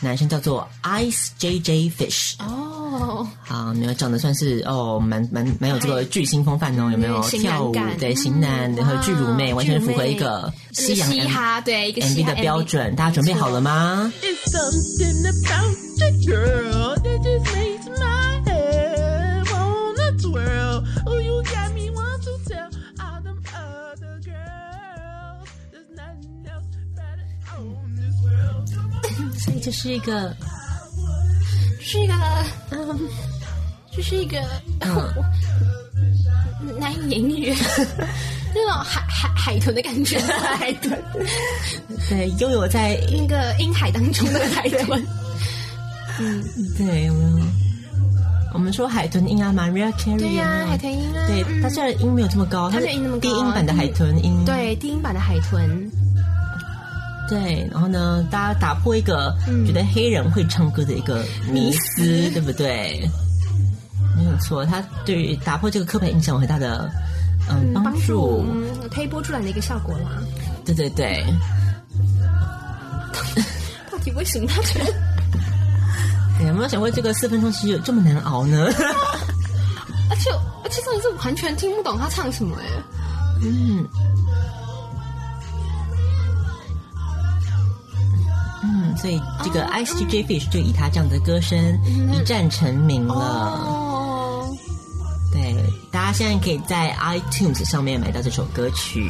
S4: 男生叫做 Ice JJ Fish，
S7: 哦，
S4: 啊，没有长得算是哦，蛮蛮蛮有这个巨星风范哦，有没有
S7: 嗯型
S4: 跳舞
S7: 男感嗯
S4: 对型男，然后巨乳妹，
S7: 哦
S4: 完全符合一个西洋
S7: 嘻
S4: M
S7: 哈，对一个嘻
S4: MV
S7: 哈
S4: 的标。准。大家准备好了吗？
S13: It's something about the girl that just makes my head wanna twirl. Oh, you got me want to tell all them other girls there's nothing else better on this world. Come on.
S4: 所以这是一个
S7: 是一个，嗯，这是一个，
S4: 嗯
S7: 难以言 喻，那种海海海豚的感觉，海豚，
S4: 啊对悠悠在
S7: 那个音海当中的海豚。嗯，
S4: 对有没有？我们说海豚音啊，Maria Carey
S7: 对呀、
S4: 有没有
S7: 海豚音啊，
S4: 对，
S7: 嗯
S4: 它虽然音没有这么高，
S7: 它
S4: 是
S7: 没有音那么高
S4: 低音版的海豚音。
S7: 对低音版的海豚，
S4: 对，然后呢，大家打破一个
S7: 嗯
S4: 觉得黑人会唱歌的一个迷思，对不对？没有错，他对于打破这个刻板印象有很大的嗯帮
S7: 帮
S4: 助。
S7: 助嗯推波助澜的一个效果啦。
S4: 对对对，
S7: 到底为什么他觉得
S4: 对有没有想过这个四分钟其实有这么难熬呢？
S7: 而且而且真的是完全听不懂他唱什么哎、
S4: 嗯嗯，所以这
S7: 哦
S4: 个 I C
S7: 嗯
S4: J Fish 就以他这样的歌声一战成名了。
S7: 哦，
S4: 对，大家现在可以在 iTunes 上面买到这首歌曲，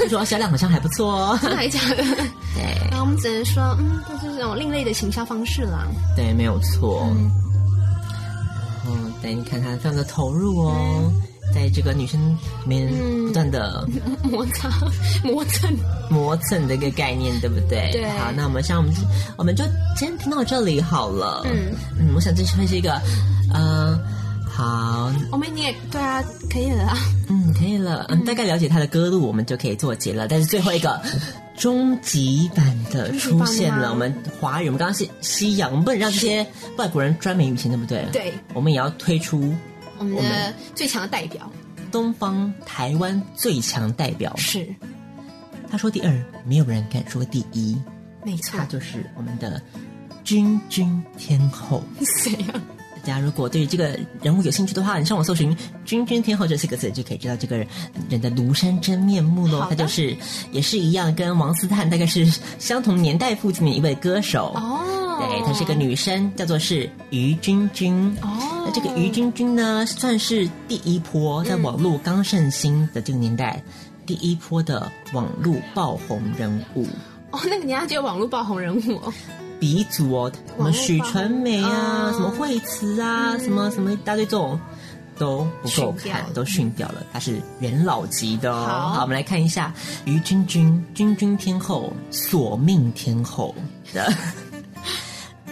S4: 据说销量好像还不错 哦。
S7: 真的还假的？
S4: 对
S7: 然后我们只能说，嗯，这是这种另类的行销方式啦。
S4: 对，没有错。
S7: 嗯
S4: 然后，但你看他非常的投入哦，在这个女生里面
S7: 嗯
S4: 不断的
S7: 摩擦磨蹭，
S4: 磨蹭的一个概念，对不对？
S7: 对
S4: 好，那我们像我们就我们就先听到这里好了。
S7: 嗯
S4: 嗯，我想这会是一个，嗯、好，
S7: 我们你也对啊，可以了啊。
S4: 嗯，可以了，嗯，大概了解他的歌路，我们就可以做结了。但是最后一 个终极版的出现
S7: 终极版的
S4: 了，
S7: 吗
S4: 我们华语，我们刚刚是西洋，我们不能让这些外国人专美于情，对不对？
S7: 对，
S4: 我们也要推出
S7: 我们
S4: 我
S7: 的
S4: 们
S7: 最强的代表
S4: 东方台湾最强代表。
S7: 是，
S4: 他说第二，没有人敢说第一，
S7: 没错
S4: 他，就是我们的君君天后。
S7: 谁啊呀？
S4: 大家如果对于这个人物有兴趣的话，你上网搜寻“君君天后”这四个字，就可以知道这个人人的庐山真面目喽
S7: 好。
S4: 他
S7: 的
S4: 就是也是一样，跟王思涵大概是相同年代附近的一位歌手。
S7: 哦
S4: 对，她是一个女生，叫做是于君君。
S7: 哦
S4: 那这个于君君呢，算是第一波在网络刚盛行的这个年代，第一波的网络爆红人物。
S7: 哦，那个年代只有网络爆红人物哦，
S4: 鼻祖哦，什么许纯美啊，
S7: 嗯
S4: 什么惠慈啊，什么什么一大堆这种都不够
S7: 训掉
S4: 看，都训掉了。她是元老级的哦。
S7: 好
S4: 好，我们来看一下于君君，君君天后，索命天后的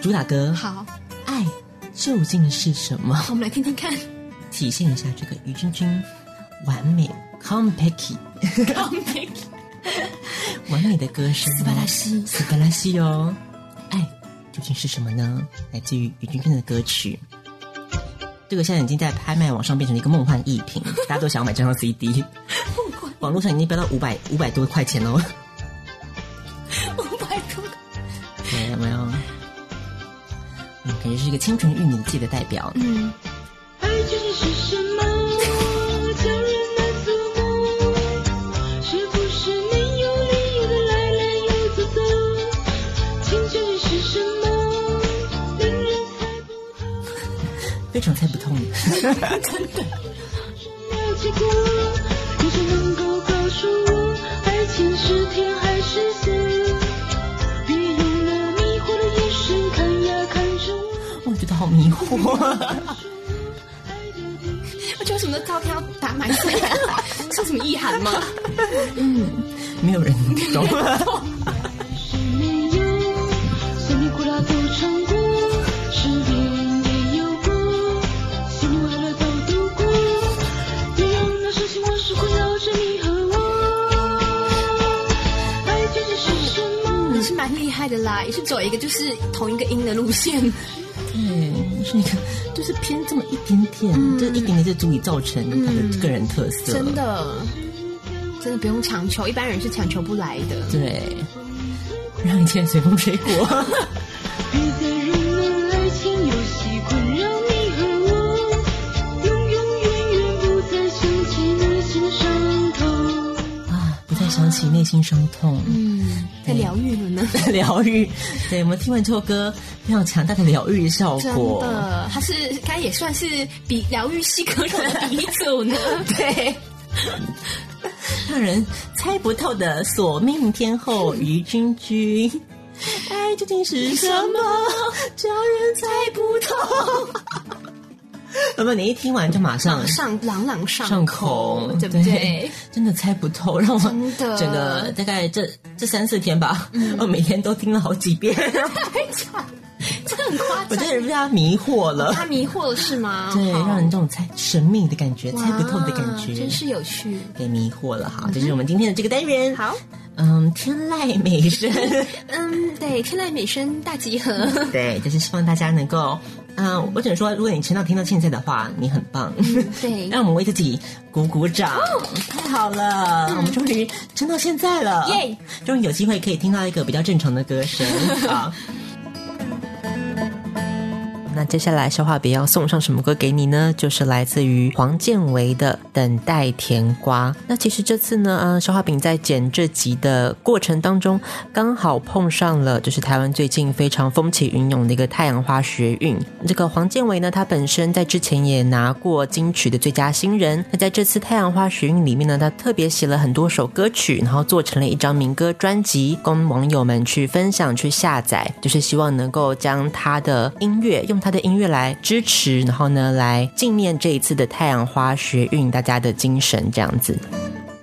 S4: 主打歌。
S7: 好，
S4: 爱究竟是什么？
S7: 我们来听听 看。
S4: 体现一下这个于君君完美 c o m p e c t
S7: 哦
S4: 完美的歌声，哦斯巴拉 西，斯巴拉西哦。爱究竟是什么呢？来自于于君君的歌曲，这个现在已经在拍卖网上变成了一个梦幻艺 品，大家都想要买这张 CD。网络上已经飙到五百五百多块钱喽。哦
S7: 五百多，
S4: 对，有没有？嗯，感觉是一个清纯玉女季的代表。
S7: 嗯，
S12: 爱究竟是什么？强人难琢磨。是不是你有理由的来来又走走？情究竟是什么？令人猜不
S4: 非常猜不通。
S12: 了结果。有谁能够告诉我，爱情是甜还是咸？别用那迷惑的眼神看呀看着我。
S4: 我觉得好迷 惑。
S7: 而且为什么照片要打满 色？是什么意涵吗？
S4: 没有人懂。
S12: 没有，酸甜苦辣都尝过，失恋也有过，喜怒哀乐都度过。别用那伤心往事困扰着你和我。爱究竟是什么？
S7: 也是蛮厉害的啦，也是走一个就是同一个音的路线。
S4: 对，是你看，就是偏这么一点点，这一点点就足以造成他的个人特色。
S7: 真，的，真的不用强求，一般人是强求不来的。
S4: 对，让一切随风吹 过。啊
S12: 别再容忍爱情游戏困扰你和我，永永远远不再想起内心伤痛。
S4: 啊，不再想起内心伤痛，
S7: 嗯，在疗愈了呢。
S4: 疗愈。对我们听完这首歌，非常强大的疗愈效
S7: 真
S4: 果。
S7: 的，他是该也算是比疗愈系歌手的鼻祖呢。 对，
S4: 让人猜不透的索命天后于君君，爱究竟是什么？叫人猜不透。 那么你一听完就马上
S7: 上朗朗上
S4: 上
S7: 口
S4: 口，，
S7: 对不对？？
S4: 真的猜不透，让我
S7: 真的
S4: 整个大概这这三四天吧，我每天都听了好几遍，
S7: 太强，这很夸
S4: 我真
S7: 张。
S4: 的被他迷惑了。
S7: 他迷惑了是吗？
S4: 对，
S7: 好
S4: 让人这种猜神秘的感觉，
S7: 哇
S4: 猜不透的感觉，
S7: 真是有趣。
S4: 被迷惑了哈。这是我们今天的这个单元，
S7: 好，
S4: 嗯，天籁美声。
S7: 嗯，对，天籁美声大集合，
S4: 对， 就是希望大家能够，嗯、我只能说，如果你前到听到现在的话，你很棒，
S7: 对，
S4: 让我们为自己鼓鼓掌，嗯哦太好了，我们终于撑到现在了，
S7: 耶！
S4: 终于有机会 可以听到一个比较正常的歌声啊。那接下来消化别要送上什么歌给你呢？就是来自于黄建为的《等待甜瓜》。那其实这次呢，呃，消化饼在剪这集的过程当中，刚好碰上了就是台湾最近非常风起云涌的一个太阳花学运。这个黄建为呢，他本身在之前也拿过金曲的最佳新人。那在这次太阳花学运里面呢，他特别写了很多首歌曲，然后做成了一张民歌专辑，供网友们去分享、去下载，就是希望能够将他的音乐用他的音乐来支持，然后呢，来纪念这一次的太阳花学运大家的精神这样子。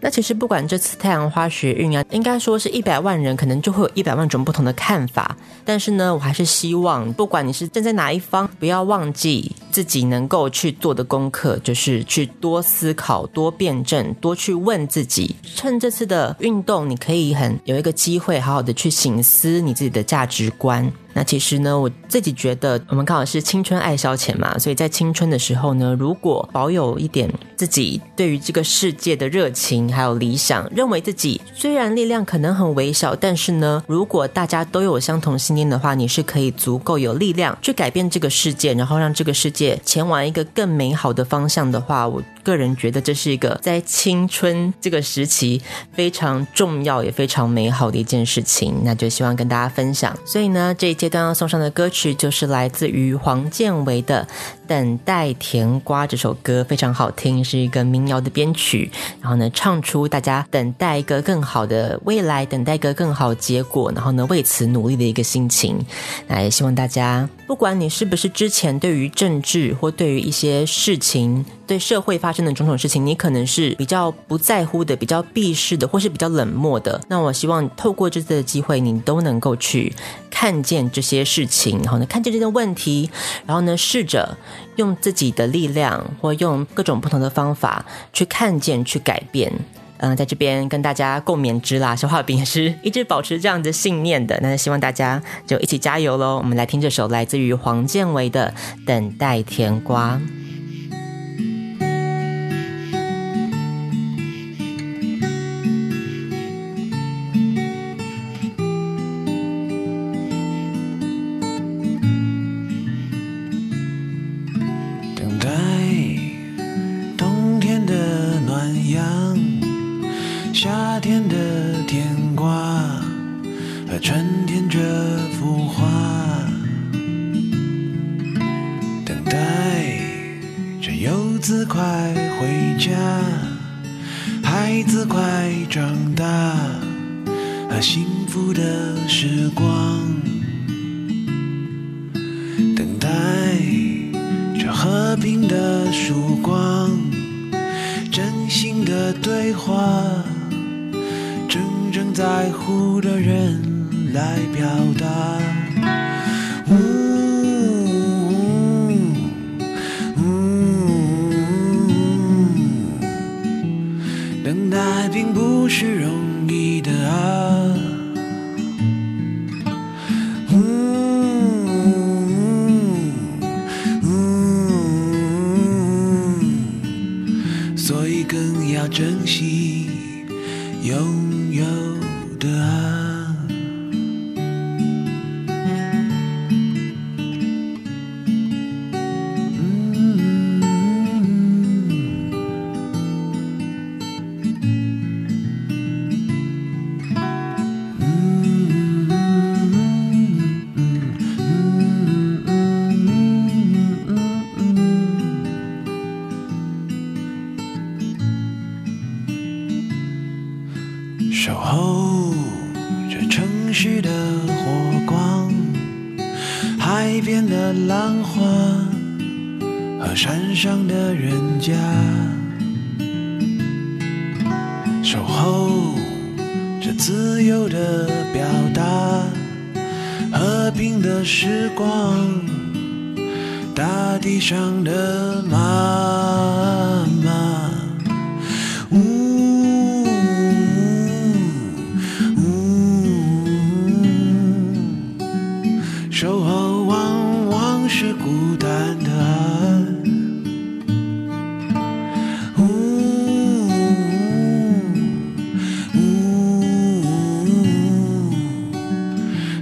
S4: 那其实不管这次太阳花学运啊，应该说是一百万人，可能就会有一百万种不同的看法。但是呢，我还是希望，不管你是站在哪一方，不要忘记自己能够去做的功课，就是去多思考、多辩证、多去问自己。趁这次的运动，你可以很有一个机会，好好的去醒思你自己的价值观。那其实呢，我自己觉得，我们刚好是青春爱消遣嘛，所以在青春的时候呢，如果保有一点自己对于这个世界的热情还有理想，认为自己虽然力量可能很微小，但是呢，如果大家都有相同信念的话，你是可以足够有力量去改变这个世界，然后让这个世界前往一个更美好的方向的话，我个人觉得这是一个在青春这个时期非常重要也非常美好的一件事情。那就希望跟大家分享。所以呢，这。阶段要送上的歌曲就是来自于黄建为的《等待甜瓜》这首歌，非常好听，是一个民谣的编曲。然后呢，唱出大家等待一个更好的未来，等待一个更好结果，然后呢，为此努力的一个心情。那也希望大家，不管你是不是之前对于政治或对于一些事情。对社会发生的种种事情，你可能是比较不在乎的、比较避世的，或是比较冷漠的。那我希望透过这次的机会，你都能够去看见这些事情，然后呢，看见这些问题，然后呢，试着用自己的力量，或用各种不同的方法去看见、去改变。嗯、呃，在这边跟大家共勉之啦。小画饼也是一直保持这样的信念的，那希望大家就一起加油喽！我们来听这首来自于黄建为的《等待甜瓜》。
S11: 啊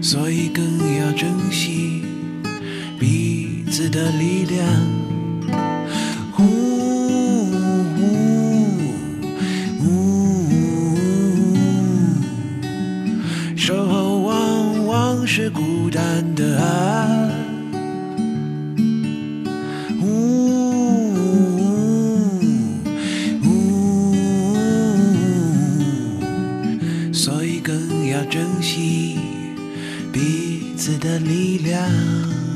S14: 所以更要珍惜彼此的力量。呜呜呜，守候往往是孤单的爱。所以更要珍惜彼此的力量。